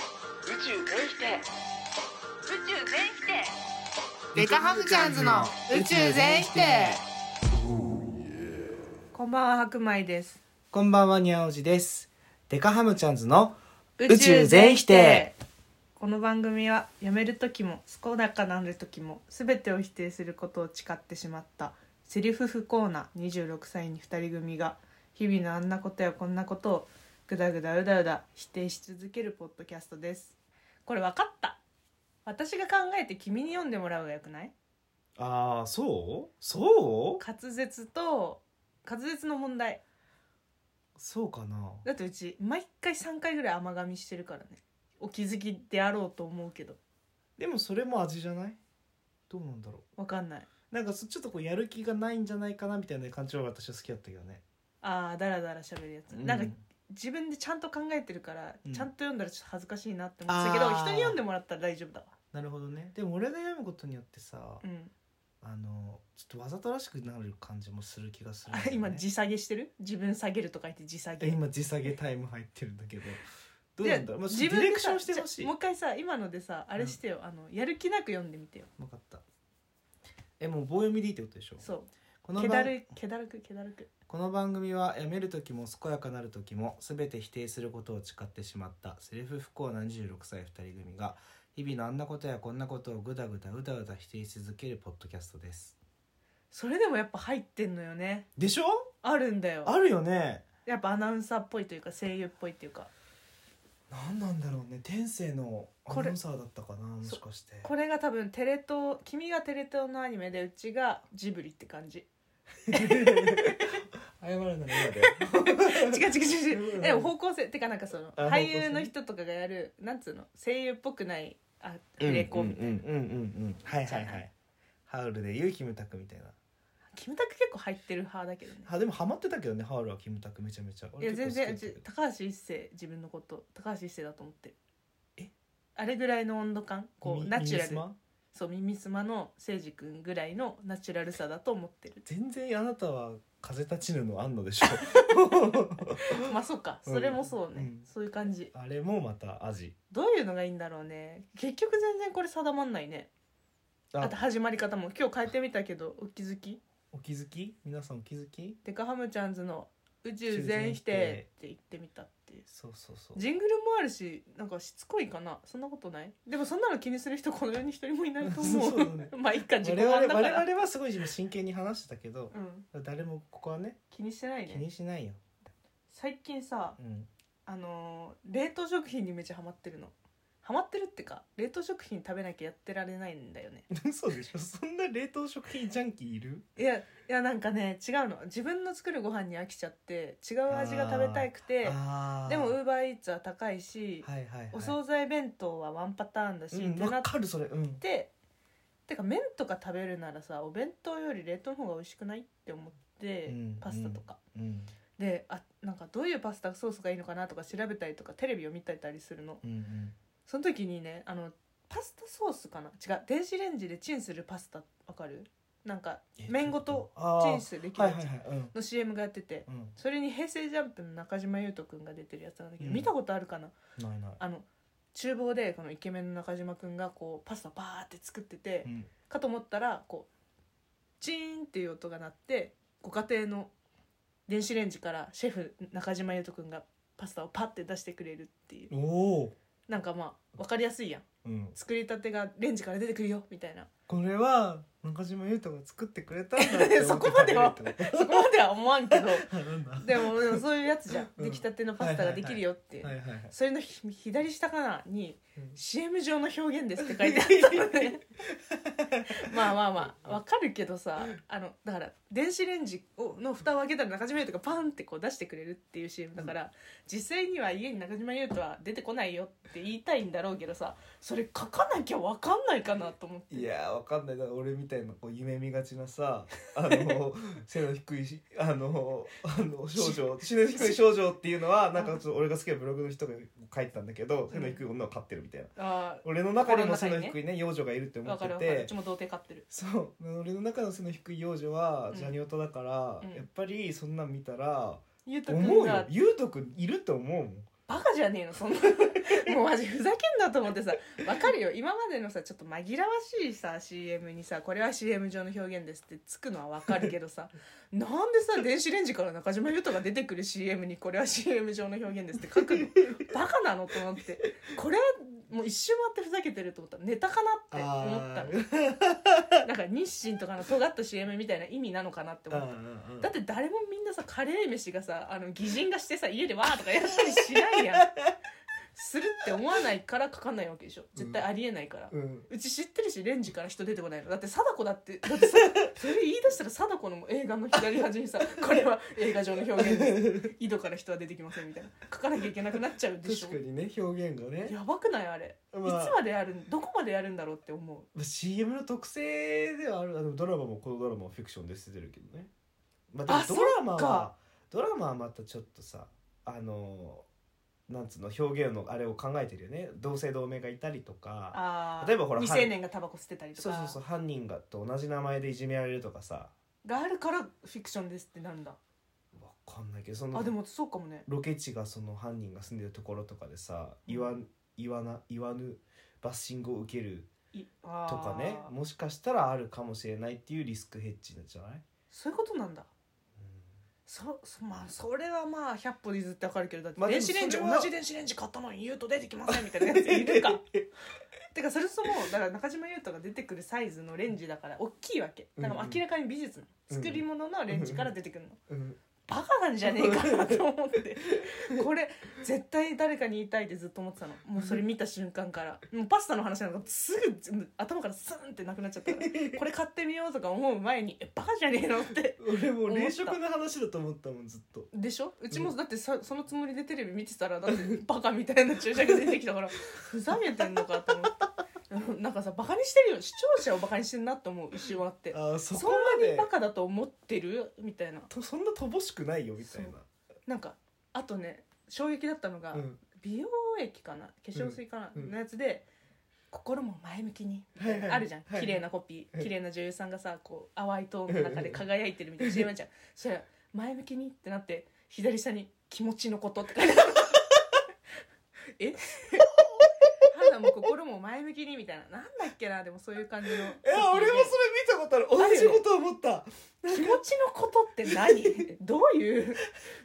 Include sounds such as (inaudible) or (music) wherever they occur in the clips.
宙全否定宇宙全否定デカハムチャンズの宇宙全否定こんばんは白米ですこんばんは、にゃおじです。デカハムちゃんズの宇宇宙全否定この番組はやめる時も健やかなる時も全てを否定することを誓ってしまったセリフ不幸な26歳に2人組が日々のあんなことやこんなことをぐだぐだうだうだ否定し続けるポッドキャストですこれ分かった私が考えて君に読んでもらうがよくないああ、そうそう滑舌と滑舌の問題そうかなだってうち毎回3回ぐらい甘噛みしてるからねお気づきであろうと思うけどでもそれも味じゃないどうなんだろ分かんないうなんかそちょっとこうやる気がないんじゃないかなみたいな感じは私は好きだったけどね。ああだらだら喋るやつ、うなんか自分でちゃんと考えてるから、うんちゃんと読んだらちょっと恥ずかしいなって思ってたけどあー人に読んでもらったら大丈夫だわなるほどね。でも俺が読むことによってさ、うんあの、ちょっとわざとらしくなる感じもする気がするんあだよね、今自下げしてる自分下げるとか言って自下げ今時下げタイム入ってるんだけど。どうでなんだろう、まあ、ちょ自っと分ディレでクショさンしてほしい。じゃもう一回さ今のでさあれしてよ、あのやる気なく読んでみてよ分かった。え、もう棒読みでいいってことでしょそこうのけ番だるけだるくけだるくこの番組はやめる時も健やかなる時も全て否定することを誓ってしまったセリフ不幸な26歳2人組が日々のあんなことやこんなことをぐだぐだうだうだ否定し続けるポッドキャストですそれでもやっぱ入ってんのよねでしょあるんだよあるよねやっぱアナウンサーっぽいというか声優っぽいというか何なんだろうね天性のこれサーだったかなもかしてこれが多分テレ東君がテレ東のアニメでうちがジブリって感じ謝るなら今で違 (laughs) う違う違う違うでも方向性ってかなんかそのあ俳優方向性のね人とかがやるなんつうの声優っぽくないあうんレコうんみうんたういんな、うんうんはいはいじゃはないハウルで言うキムタクみたいなキムタク結構入ってる派だけどねあでもハマってたけどねハウルはキムタクめちゃめちゃいや全然俺う結構好きだちったけど高橋一生自分のこと高橋一生だと思ってるえあれぐらいの温度感こうみナチュラ耳すまルそう耳すまの誠司君ぐらいのナチュラルさだと思ってる全然あなたは風立ちぬのあんの (laughs) でしょまあそうかそれもそうね、うんそういう感じあれもまた味どういうのがいいんだろうね結局全然これ定まんないねああと始まり方も今日変えてみたけどお気づきお気づき皆さんお気づきデカハムちゃんズの「宇宙全否定」って言ってみたっていうそうそうそうジングルもあるしなんかしつこいかなそんなことないでもそんなの気にする人この世に一人もいないと思そうだねう (laughs) まあいいか自己我満だ々から我々はすごい今真剣に話してたけど、うん、誰もここはね気にしてない気ねにしないよ、最近さうん、 (laughs) あのー冷凍食品にめっちゃハマってるのハマってるってか冷凍食品食べなきゃやってられないんだよ (laughs) ね嘘でしょそんな冷凍食品ジャンキーいるいやいやなんかね違うの自分の作るご飯に飽きちゃって違う味が食べたくてあーでもウーバーイーツは高いし、はいはい、はい、お惣菜弁当はワンパターンだし、うんってなわっかるそれうんててか麺とか食べるならさお弁当より冷凍の方が美味しくないって思って、うんパスタとか、うんであなんかどういうパスタソースがいいのかなとか調べたりとかテレビを見たりするのうんうんその時にねあのパスタソースかな違う電子レンジでチンするパスタわかるなんかえ麺ごとあーチンするできるはやいつはいはいうんの CM がやっててうんそれに平成ジャンプの中島優斗くんが出てるやつなんだけど、うん見たことあるかなないないあの厨房でこのイケメンの中島くんがこうパスタバーって作ってて、うんかと思ったらこうチーンっていう音が鳴ってご家庭の電子レンジからシェフ中島優斗くんがパスタをパッて出してくれるっていうおおなんかまあ分かりやすいやんうん作りたてがレンジから出てくるよみたいなこれは中島裕太が作ってくれたんだって思って食べるってことそこまでは思わ (laughs) んけどあなんだでもでもそういうやつじゃんうん出来たてのパスタができるよっていう、はいはいはいそれのひ左下かなにうん「CM 上の表現です」って書いてあったの (laughs) でまあまあまあわかるけどさあのだから電子レンジをの蓋を開けたら中島優斗がパンってこう出してくれるっていう CM だから、実際には家に中島優斗は出てこないよって言いたいんだろうけどさそれ書かなきゃわかんないかなと思っていやーわかんないだから俺みたいなこう夢見がちなさあの背の低いしあのあの少女背の低い少女っていうのはなんかちょっと俺が好きなブログの人が書いてたんだけど背の低い女を飼ってるみたいなあ俺の中でも背心のの中に低ねいね幼女がいるってー思わってかるわかるうてちも童貞飼ってるそう俺の中の背の低い幼女はジャニオタだからうんやっぱりそんなん見たら優斗思君うよが裕斗くんいると思うもんバカじゃねえのそんな (laughs) もうマジふざけんなと思ってさわかるよ今までのさちょっと紛らわしいさ CM にさこれは CM 上の表現ですってつくのはわかるけどさなんでさ電子レンジから中島裕翔が出てくる CM にこれは CM 上の表現ですって書くのバカなのと思ってこれもう一周回ってふざけてると思ったらネタかなって思ったのなんか日清とかの尖った CM みたいな意味なのかなって思っただって誰もみんなさカレー飯がさあの擬人化してさ家でわーとかやったりしな (laughs) いやんするって思わないからかかんないわけでしょ絶対ありえないから、ううんち知ってるしレンジから人出てこないのだって貞子だってだってさそれ言い出したら貞子の映画の左端 (laughs) にさこれは映画上の表現です井戸から人は出てきませんみたいな書かなきゃいけなくなっちゃうでしょ確かにね表現がねやばくないあれ、まあいつまでやるんどこまでやるんだろうって思うまあ CM の特性ではあるあでもドラマもこのドラマはフィクションで捨ててるけどね、まあ、でもあドラマそっはかドラマはまたちょっとさあのなんつうの表現のあれを考えてるよね同姓同名がいたりとかあー例えばほら未成年がタバコ吸ってたりとそうかそうそう犯人がと同じ名前でいじめられるとかさがあるからフィクションですってなんだわかんないけどそのあでもそうかもねロケ地がその犯人が住んでるところとかでさ言わん言わな言わぬバッシングを受けるいととかねもしかしたらあるかもしれないっていうリスクヘッジなんじゃない、そういうことなんだそそまあそれはまあ100歩譲ってわかるけどだってまあでも電子レンジそ同れはじ電子レンジ買ったのに言うと出てきませんみたいなやつい (laughs) るかてかそれともだから中島裕翔が出てくるサイズのレンジだから大きいわけだから明らかに美術のうん作り物のレンジから出てくるのうんバカなんじゃねえかなと思って (laughs) これ絶対誰かに言いたいってずっと思ってたのもうそれ見た瞬間からもうパスタの話なんかすぐ全部頭からスンってなくなっちゃったからこれ買ってみようとか思う前にえバカじゃねえのって俺もう冷食の話だと思ったもんずっとでしょうちもだってさ、そのつもりでテレビ見てたらだって (laughs) バカみたいな注射が出て (laughs) きたからふざけてんのかと思って (laughs) うんなんかさバカにしてるよ視聴者をバカにしてんなって思う一瞬あってあーそそこんまなにでバカだと思ってるみたいなとそんな乏しくないよみたいななんかあとね衝撃だったのが、うん美容液かな化粧水かな、うんうんのやつで心も前向きにはいはいはいあるじゃん、はい綺麗なコピはーい綺麗な女優さんがさこう淡いトーンの中で輝いてるみたいな CM じゃんそしたら「前向きに」ってなって左下に「気持ちのこ (laughs) と」って書いてあるえ肌も心も前向きにみたいななんだっけなでもそういう感じのいや俺もそれ見たことある同じこと思った気持ちのことって (laughs) 何どういう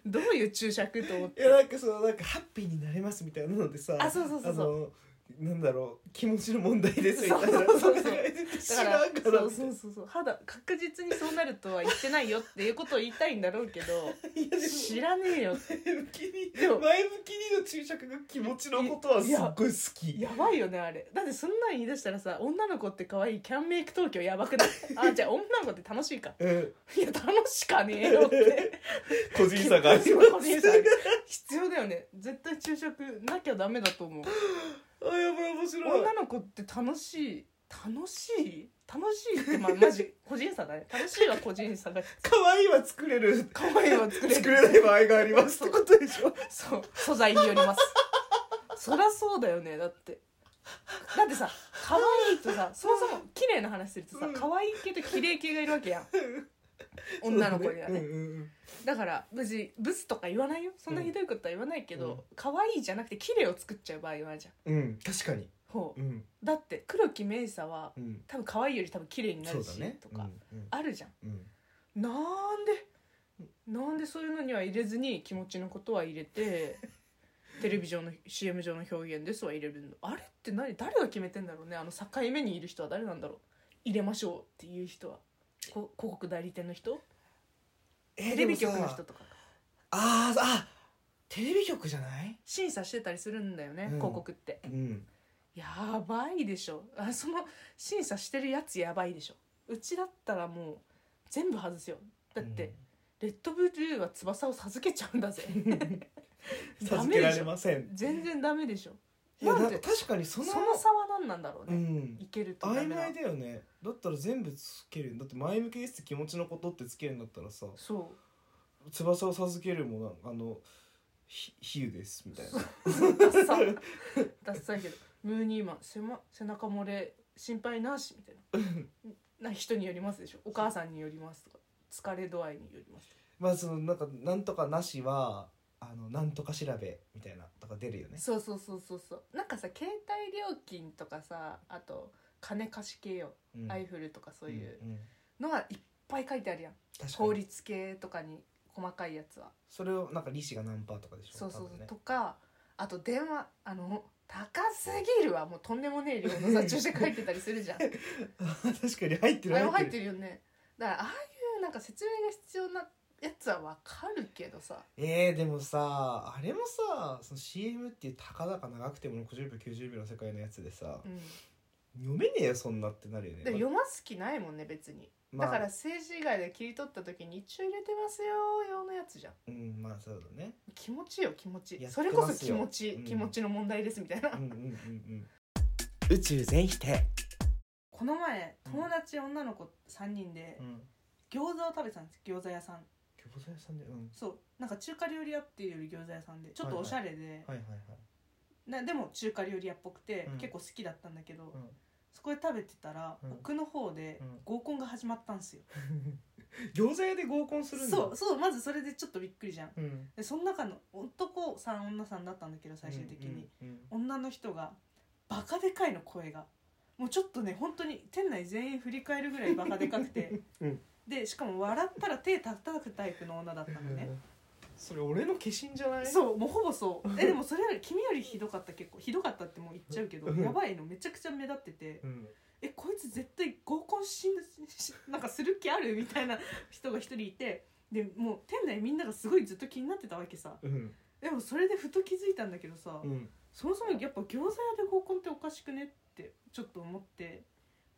どういう注釈と思っいてやなんかそのなんかハッピーになれますみたいなのでさあそうそうそうそあうのなんだろう気持ちの問題ですみたいなそうそうそう知だかららんからそうそうそうそう肌確実にそうなるとは言ってないよっていうことを言いたいんだろう (laughs) けどいやでも知らねえよって前向きにで前も向きにの注釈が気持ちのことはすっごい好きやばいよねあれだってそんなん言い出したらさ女の子って可愛いキャンメイク東京やば (laughs) くないあじゃあ女の子って楽しいかうんいや楽しかねえよ (laughs) って個人差がありま個す人差 (laughs) ある必要だよね絶対注釈なきゃダメだと思うあやばい面白い女の子って楽しい楽しい楽しいってまあマジ個人差だね楽しいは個人差が可愛いは作れる可愛いは作れる作れない場合がありますってことでしょそう素材によりますそりゃそうだよねだってだってさ可愛いとさそもそも綺麗な話するとさうん可愛い系と綺麗系がいるわけや (laughs) ん女の子にはねうんうんうんだから無事ブスとか言わないよそんなひどいことは言わないけど、うん可愛いじゃなくて綺麗を作っちゃう場合はあるじゃんうん確かにほううんだって黒木メイサはうん多分可愛いより多分綺麗になそるうし、だねとか、うんあるじゃんうんうんなんでなんでそういうのには入れずに気持ちのことは入れ (laughs) てテレビ上の CM 上の表現ですは入れるのあれって何誰が決めてんだろうねあの境目にいる人は誰なんだろう入れましょうっていう人はこ広告代理店の人えテレビ局でのもさ人とかあーあテレビ局じゃない審査してたりするんだよね、うん広告ってうんやばいでしょあその審査してるやつやばいでしょうちだったらもう全部外すよだって、レッドブルーは翼を授けちゃうんだぜ (laughs) うんダ授メけでらしれょません全然ダメでしょいやなんなでんか確かにそそのの差は何なんだろううね、んいけるとダ曖メな昧だよねだったら全部つけるだって前向きですって気持ちのことってつけるんだったらさそ翼を授けるもなあのひ比喩ですみたいな (laughs) う (laughs) ダッサダッサいけどムーニーマン背,、ま、背中漏れ心配なしみたい (laughs) なな人によりますでしょお母さんによりますとか疲れ度合いによりますまあそのなんかなんとかなしはあのなんとか調べみたいなとか出るよねそうそうそうそうそうなんかさ携帯料金とかさあと金貸し系よ、うんアイフルとかそういううんうんのがいっぱい書いてあるやん確か法に律系とかに細かいやつはそれをなんか利子が何パーとかでしょそうそ多うそう、分ね (laughs) とかあと電話あの高すぎるわもうとんでもねえ量のさ注射書いてたりする (laughs) じゃんあ確かに入ってるれも入っるてるよねだからああいうなんか説明が必要なやつはわかるけどさえー、でもさあれもさその CM っていうたかだか長くても60秒90秒の世界のやつでさう、ん読めねえよそんなってなるよねでも読ます気ないもんね別にだからまあ、政治以外で切り取った時に一応入れてますよ用のやつじゃんうんまあそうだ (laughs) ね気持ちよ気持ちやってそれこまそす気よ持ち、うん気持ちの問題ですみたいな、うんうんうんうん宇宙全否定、 (laughs) この前うん友達女の子3人でうん、餃子を食べてたんです餃子屋さん餃子屋さんでうんそうなんか中華料理屋っていうより餃子屋さんでちょっとおしゃれで、はいはいはいなでも中華料理屋っぽくて、うん結構好きだったんだけど、うんそこで食べてたら、うん奥の方でうん合コンが始まったんですよ、餃子屋で合コンするんだそうそうまずそれでちょっとびっくりじゃんうんでその中の男さん女さんだったんだけど最終的に、うんうん女の人がバカでかいの声がもうちょっとね本当に店内全員振り返るぐらいバカでかくて、 (laughs) うんでしかも笑ったら手叩くタイプの女だったのうんねそれ俺の化身じゃないそうもうほ (laughs) ぼそうえでもそれより君よりひどかった結構ひどかったってもう言っちゃうけどうんやばいのめちゃくちゃ目立っててうんえこいつ絶対合コンしんしなんかする気あるみたいな人が一人いてでもう店内みんながすごいずっと気になってたわけさうんでもそれでふと気づいたんだけどさ、うんそもそもやっぱ餃子屋で合コンっておかしくねってちょっと思って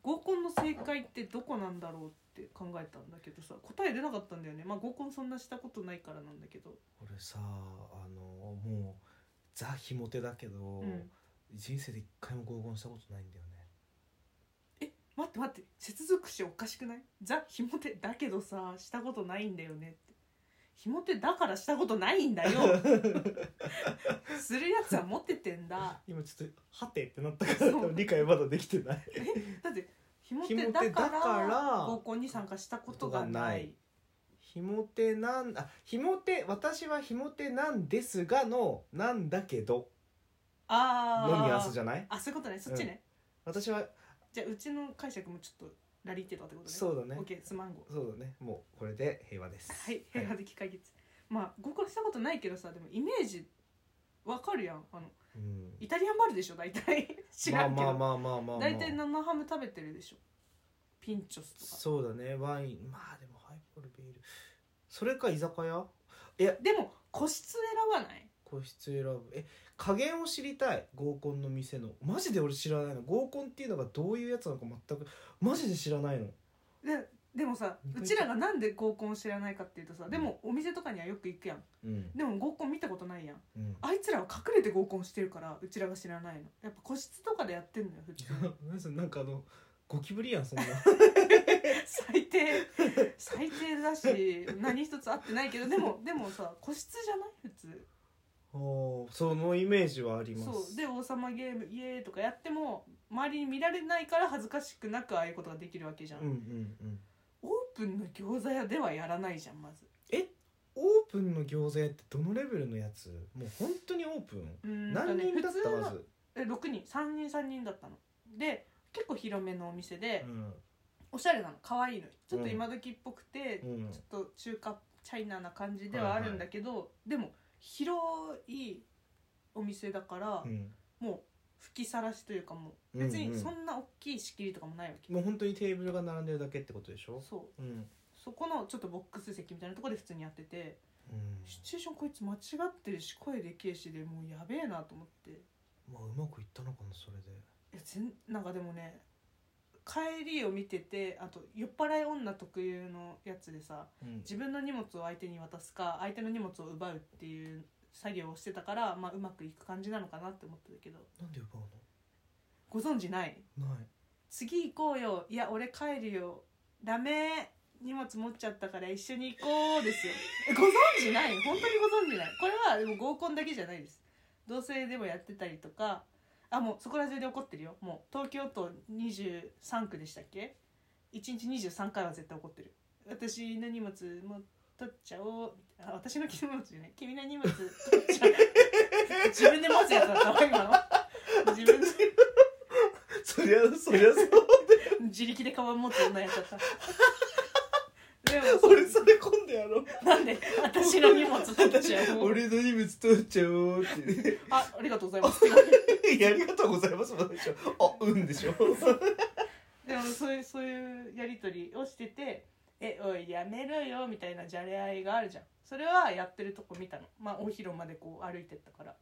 合コンの正解ってどこなんだろうって考えたんだけどさ答え出なかったんだよねまあ合コンそんなしたことないからなんだけど俺さあのもうザ・ひもてだけど、うん人生で一回も合コンしたことないんだよね待って待って接続詞おかしくないザ・ひもてだけどさしたことないんだよねってひもてだからしたことないんだよ (laughs) するやつはモテてんだ (laughs) 今ちょっと「はて」ってなったからそう多分理解まだできてないだってひもひてもてだかだからら合コンに参加したことがないひもてなんあひもて私はひもてなんですがの「なんだけど」のニュアンあスじゃないああそういうことねそっちね、私はじゃあうちの解釈もちょっとラリーってたってことねそうだオねッケーすまんごそうだねもうこれで平和ですはい平和的解決、まあ合コンしたことないけどさでもイメージわかるやんあのうんイタリアンバルでしょ大体知らんけど、まあまあまあまあまあ、まあ、大体生ハム食べてるでしょピンチョスとかそうだねワインまあでもハイボールビールそれか居酒屋でも個室選ばない個室選ぶえ加減を知りたい合コンの店のマジで俺知らないの合コンっていうのがどういうやつなのか全くマジで知らないのででもさ二う回ちらがなんで合コンを知らないかっていうとさでもお店とかにはよく行くやんうん、でも合コン見たことないやんうん、あいつらは隠れて合コンしてるからうちらが知らないのやっぱ個室とかでやってんのよ普通に (laughs) 何それなんかあのゴキブリやん (laughs) そんな最低最低だし何一つ合ってないけどでもでもさ個室じゃない普通おーそのイメージはありますそうで王様ゲームイエーイとかやっても周りに見られないから恥ずかしくなくああいうことができるわけじゃん、うんうんうんオープンの餃子屋ではやらないじゃんまずオープンの餃子屋ってどのレベルのやつもう本当にオープンうーんと何ね人だっ普た通まのず、え6人3人3人だったので結構広めのお店でう、んおしゃれなの可愛いのちょっうんと今時っぽくて、うんちょっと中華チャイナな感じではあるんだけど、でも広いお店だから、うん、もう吹きさらしというかもううんうん別にそんな大きい仕切りとかもないわけ、もう本当にテーブルが並んでるだけってことでしょそううんそこのちょっとボックス席みたいなところで普通にやっててシうチュエーションこいつ間違ってるし声でけえしでもうやべえなと思っていん、まあうまくいったのかなそれでや全なんかでもね帰りを見ててあと酔っ払い女特有のやつでさうん自分の荷物を相手に渡すか相手の荷物を奪うっていう作業をしてたから、まあ、うまくいく感じなのかなって思ってたけどなんで奪うご存知ないのない次行こうよいや俺帰るよダメ荷物持っちゃったから一緒に行こうですよ (laughs) えご存知ない本当にご存知ないこれはでも合コンだけじゃないです同棲でもやってたりとかあもうそこら中で怒ってるよもう東京都23区でしたっけ1日23回は絶対怒ってる私の荷物も取っちゃおうみたいあ私の気持ちね君の荷物 (laughs) 自分で持つやつだったわ今の自分で (laughs) そりゃそりゃ (laughs) 自力でカバン持つ女やっちゃ (laughs) ったでもそう俺それ今度やろうなんで私の荷物取っちゃう俺の荷物取っちゃおうってね (laughs) あ (laughs) ありがとうございますいやありがとうございますもんでしょあうんでし (laughs) ょでもそういうそういうやり取りをしてて「えおいやめろよ」みたいなじゃれ合いがあるじゃんそれはやってるとこ見たのまあお昼までこう歩いてったから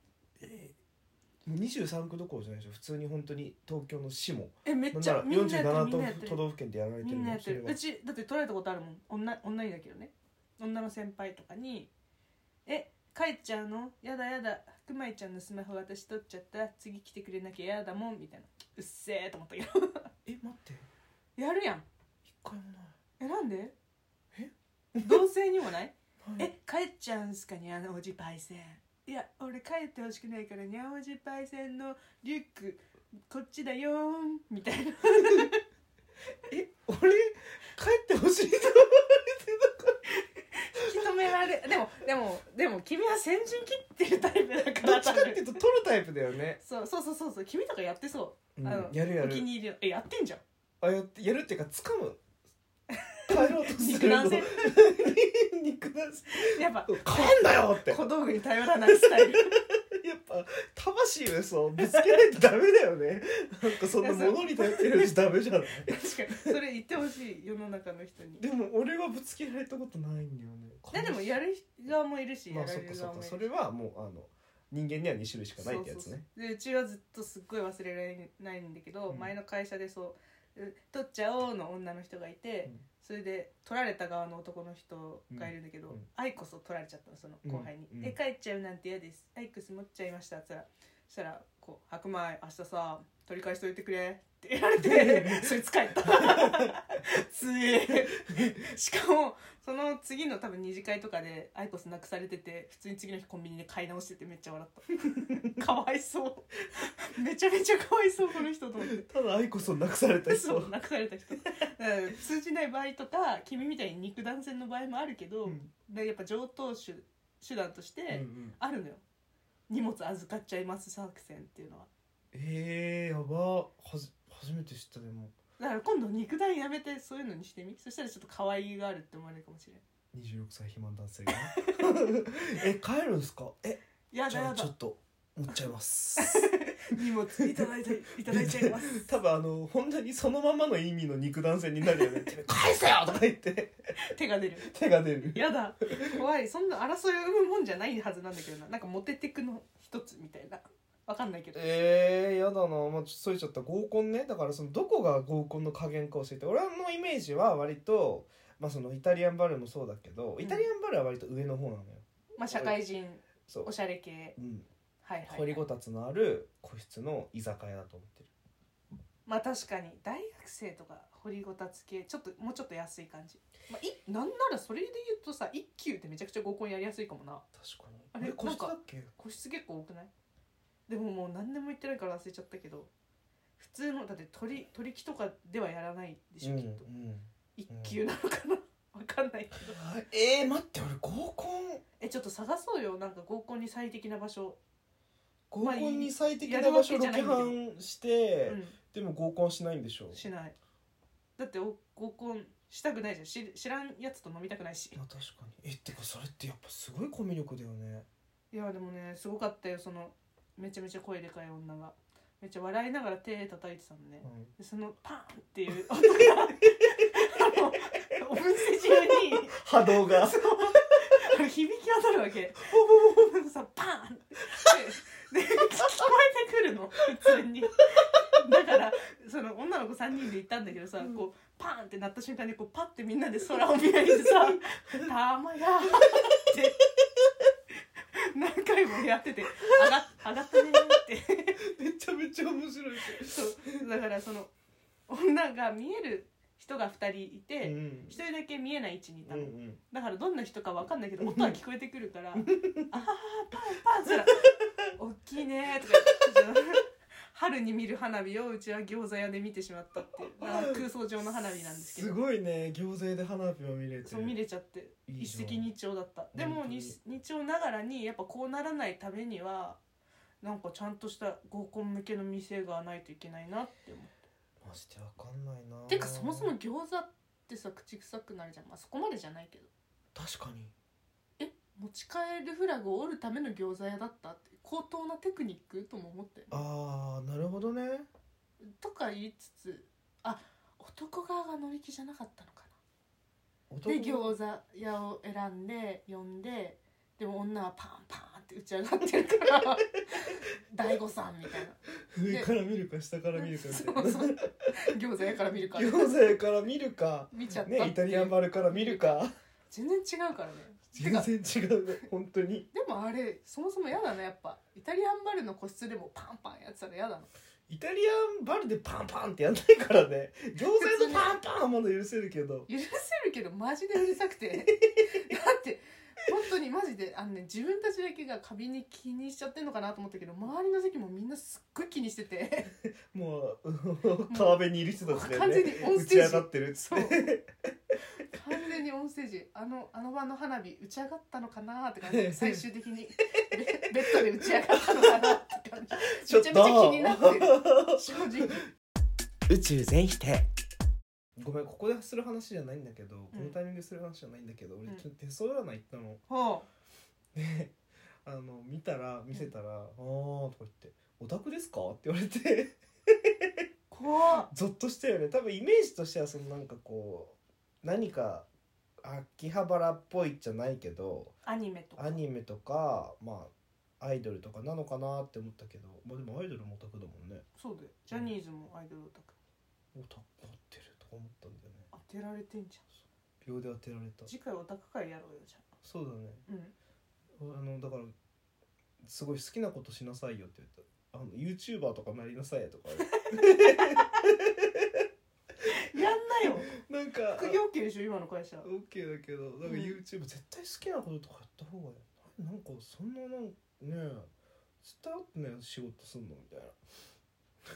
23区どころじゃないでしょ普通に本当に東京の市もえめなっんちなゃらみんなやってるみんなや47って都る道府県でやられてみるんなやのってそれるはうちだって取られたことあるもん女女にだけどね女の先輩とかに「え帰っちゃうのやだやだ白米ちゃんのスマホ私取っちゃった次来てくれなきゃやだもん」みたいな「うっせえ」と思ったけどえ待って (laughs) やるやん一回もないえなんでえ同性にもないないえ帰っちゃうんすかにゃんおじパイセンいや俺帰ってほしくないからにゃんおじパイセンのリュックこっちだよーんみたいなえ俺帰ってほしいと思われてたから引き止められ (laughs) でもでもでも君は先陣切ってるタイプだかどらっちかっていうと取るタイプだよね、そうそうそうそうそう君とかやってそう、うんあのやるやおる気に入りのえやってんじゃんあやってやるっていうか掴 (laughs) む帰ろうとする肉弾戦 (laughs) 肉弾戦やっぱ噛んだよってや小道具に頼らないスタイル (laughs) っぱ魂をそうぶつけないとダメだよねなんかそんな物に頼ってるしダメじゃない確かにそれ言ってほしい世の中の人にでも俺はぶつけられたことないんだよねででもやる側もいるし、まあやらそっれかるそ側っもかいるしそれはもうあの人間には2種類しかないってやつねそうそうそうでうちはずっとすっごい忘れられないんだけど、うん前の会社でそうう「取っちゃおう」の女の人がいて、うんそれで取られた側の男の人がいるんだけうど、んうん愛こそ取られちゃったのその後輩にう「んうんえ帰っちゃうなんて嫌ですアイクス持っちゃいました」っつったらそしたらこう「白米明日さ取り返しといてくれ」って言われ (laughs) てそいつ帰った (laughs) つえしかもその次の多分二次会とかでアイコスなくされてて普通に次の日コンビニで買い直しててめっちゃ笑った (laughs) かわいそう (laughs) めちゃめちゃかわいそうこの人と思ってただ愛こそなくされた人 (laughs) そうなくされた人だから通じない場合とか君みたいに肉弾戦の場合もあるけど、うんでやっぱ上等手手段としうんうてんあるのよ、荷物預かっちゃいます作戦っていうのはえー、やばはじ初めて知ったでもだから今度肉弾やめてそういうのにしてみそしたらちょっと可愛いがあるって思われるかもしれん26歳肥満男性が (laughs) え帰るんすかえやじだゃあやちょだっと持っちゃいます (laughs) 荷物いただいたいただいちゃいま (laughs) す多分あの本当にそのままの意味の肉弾戦になるよ (laughs) ねてめえ返せよとか言って手が出る手が出る (laughs) やだ怖いそんな争いを生むもんじゃないはずなんだけどななんかモテテクの一つみたいなわかんないけどえー、やだな、まあ、ちょっとそれちゃった合コンねだからそのどこが合コンの加減か教えて俺のイメージは割と、まあ、そのイタリアンバルーもそうだけどイタリアンバルーは割と上の方なのよ、まあ社会人そうお、しゃれ系うん、はいはい、掘りごたつのある個室の居酒屋だと思ってるまあ確かに大学生とか掘りごたつ系ちょっともうちょっと安い感じ、まあ、いなんならそれで言うとさ一級ってめちゃくちゃ合コンやりやすいかもな確あかにれえ個室なんかだっけ個室結構多くないでももう何年も行ってないから忘れちゃったけど普通のだって取り木とかではやらないでしょ、うんうきっんと一級なのかなわかんないけどえー、待って俺合コンえちょっと探そうよなんか合コンに最適な場所、合コンに最適まあな場所やるわけじロゃないケんだけハどンして、うでも合コンしないんでしょん、しないだってお合コンしたくないじゃんし知らんやつと飲みたくないしまあ確かにえってかそれってやっぱすごいコミュ力だよねいやでもねすごかったよそのめちゃめちゃ声でかい女がめっちゃ笑いながら手叩いてたのね、うんでそのパーンっていう (laughs) 音があのお店中に (laughs) 波動があの響き渡るわけ (laughs) さパーンってでで聞こえてくるの普通にだからその女の子3人で行ったんだけどさ、うんこうパーンって鳴った瞬間にこうパッてみんなで空を見上げてさ「たまや」って何回もやってて「上がっ上がったね」って。めちゃめちゃ面白いそうだからその女が見える人が2人いうてん1人だけ見えない位置にいたうんの、うんだからどんな人か分かんないけど音は聞こえてくる (laughs) から「あーパンパン」そしたら「おっきいね」とか言って「春夜に見る花火をうちは餃子屋で見てしまったってい (laughs) うなんか空想上の花火なんですけすどごいね餃子で花火を見れてそう見れちゃっていい一じゃん石二鳥だったでも本当に二二鳥ながらにやっぱこうならないためにはなんかちゃんとした合コン向けの店がないといけないなって思ってマジでわかんないなてかそもそも餃子ってさ口臭くなるじゃんまあそこまでじゃないけど確かに持ち帰るフラグを折るための餃子屋だったって高等なテクニックとも思ってあーなるほどねとか言いつつあ男側が乗り気じゃなかったのかな子で餃子屋を選んで呼んででも女はパンパンって打ち上がってるから (laughs) 大悟さんみたいな上から見るか下から見るかみたいなそう (laughs) そう餃子屋から見るから餃子から見るか見ちゃったっていうねイタリアンバルから見るか全然 (laughs) 違うからねて全か然違うね本当にでもあれそもそも嫌だねやっぱイタリアンバルの個室でもパンパンやってたら嫌だなイタリアンバルでパンパンってやんないから (laughs) ね餃子のパンパンはまだ許せるけど許せるけどマジでうるさく (laughs) てだって本当にマジであの、ね、自分たちだけが過敏に気にしちゃってんのかなと思ったけど周りの席もみんなすっごい気にしててもう川辺にいる人たちだよ完全にねオン打スちテー上ジがってるっつそうっ完て全にオンステージあのあの場の花火打ち上がったのかなって (laughs) 感じで最終的にベベッドで打ち上がったのかなって感じ (laughs) (laughs) ちょっとめちゃめちゃ気になってる正 (laughs) 直宇宙全否定ごめんここでする話じゃないんだけど、うんこのタイミングでする話じゃないんだけど俺うんちょっと手相占い行ったの、ほであの見たら見せたら「ああ」とか言って「オタクですか?」って言われてう怖っゾッとしたよね多分イメージとしてはそのなんかこう何か秋葉原っぽいじゃないけどアニメとかアニメとかまあアイドルとかなのかなって思ったけどまあでもアイドルもオタクだもんねそうだよジャニーズもアイドルオタクオタク持ってるとか思ったんだよね当てられてんじゃ秒で当てられたん次回オタク会やろうよじゃそうだねあうんあのだからすごい好きなことしなさいよって言ったあの YouTuber とかなりなさいとかやんなよなんか (laughs) 副業系でしょ今の会社 OK だけどなんうんか YouTube 絶対好きなこととかやった方がいいなんかそんななんかね絶対あってね仕事すんのみたいな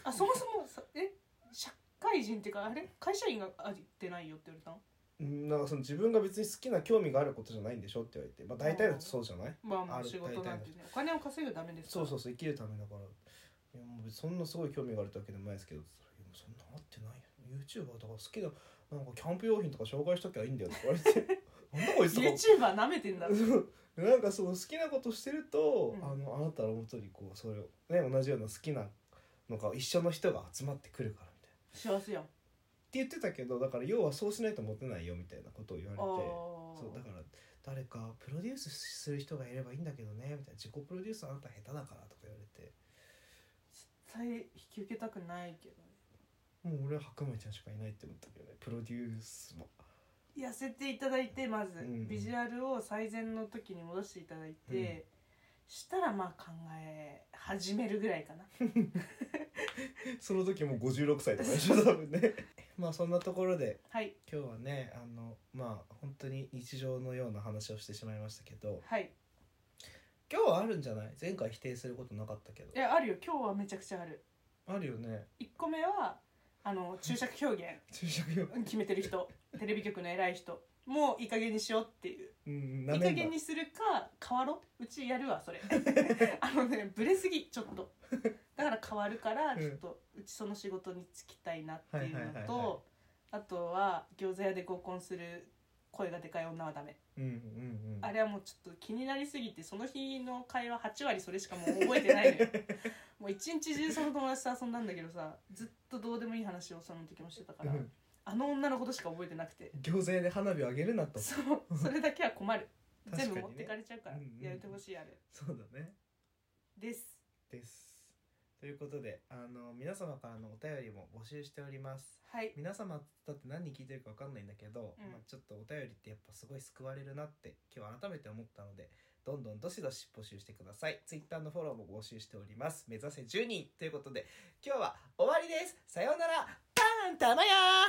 あそもそもさえ社会人っていうかあれ会社員があ言ってないよって言われたのうんなんかその自分が別に好きな興味があることじゃないんでしょって言われてまあ大体だとそうじゃないまあまあある仕事なんてねお金を稼ぐためですそうそううそう生きるためだからいやもう別にそんなすごい興味があるってわけでもないですけどって言ったらいやもうそんなあってないよ YouTuber とか好きななんかキャンプ用品とか紹介しときゃいいんだよって言われ (laughs) てなんだこいつと思って YouTuber なめてんだろそう (laughs) なんかその好きなことしてると、うんあのあなたのもとにこうそれをね同じような好きなのが一緒の人が集まってくるからみたいな。幸せやんあって言ってたけどだから要はそうしないとモテないよみたいなことを言われて。あーそうだから誰かプロデュースする人がいればいいんだけどねみたいな自己プロデュースあなた下手だからとか言われて絶対引き受けたくないけどもう俺は白米ちゃんしかいないって思ったけどねプロデュースも (laughs) 痩せていただいてまず、うんビジュアルを最善の時に戻していただいて、したらまあ考え始めるぐらいかなその時もう56歳とかでしょ多分 (laughs) ねまあそんなところではい今日はねあのまあ本当に日常のような話をしてしまいましたけどはい今日はあるんじゃない前回否定することなかったけどえあるよ今日はめちゃくちゃあるあるよね1個目はあの注釈表現注釈よ決めてる人テレビ局の偉い人もういい加減にしようっていううんいないめ加んな減にするか変わろううちやるわ (laughs) それあのねブレすぎちょっとだから変わるからうんちょっと、うちその仕事に就きたいなってはいいうのと、はいはいはいあとは餃子屋で合コンする声がでかい女はダメ、うんうんうんあれはもうちょっと気になりすぎてその日の会話8割それしかもう覚えて (laughs) ないのよもう一日中その友達と遊んだんだけどさずっとどうでもいい話をその時もしてたから、うんあの女のことしか覚えてなくて餃子屋で花火をあげるなとそうそれだけは困る確かに全ね部持ってかれちゃうからうんうんやめてほしいあれそうだねですです。ということで、あの皆様からのお便りも募集しております。はい皆様だって何人聞いてるかわかんないんだけど、うんまあちょっとお便りってやっぱすごい救われるなって今日改めて思ったので、どんどんどしどし募集してください。ツイッターのフォローも募集しております。目指せ10人ということで、今日は終わりです。さようなら。パーン玉やー。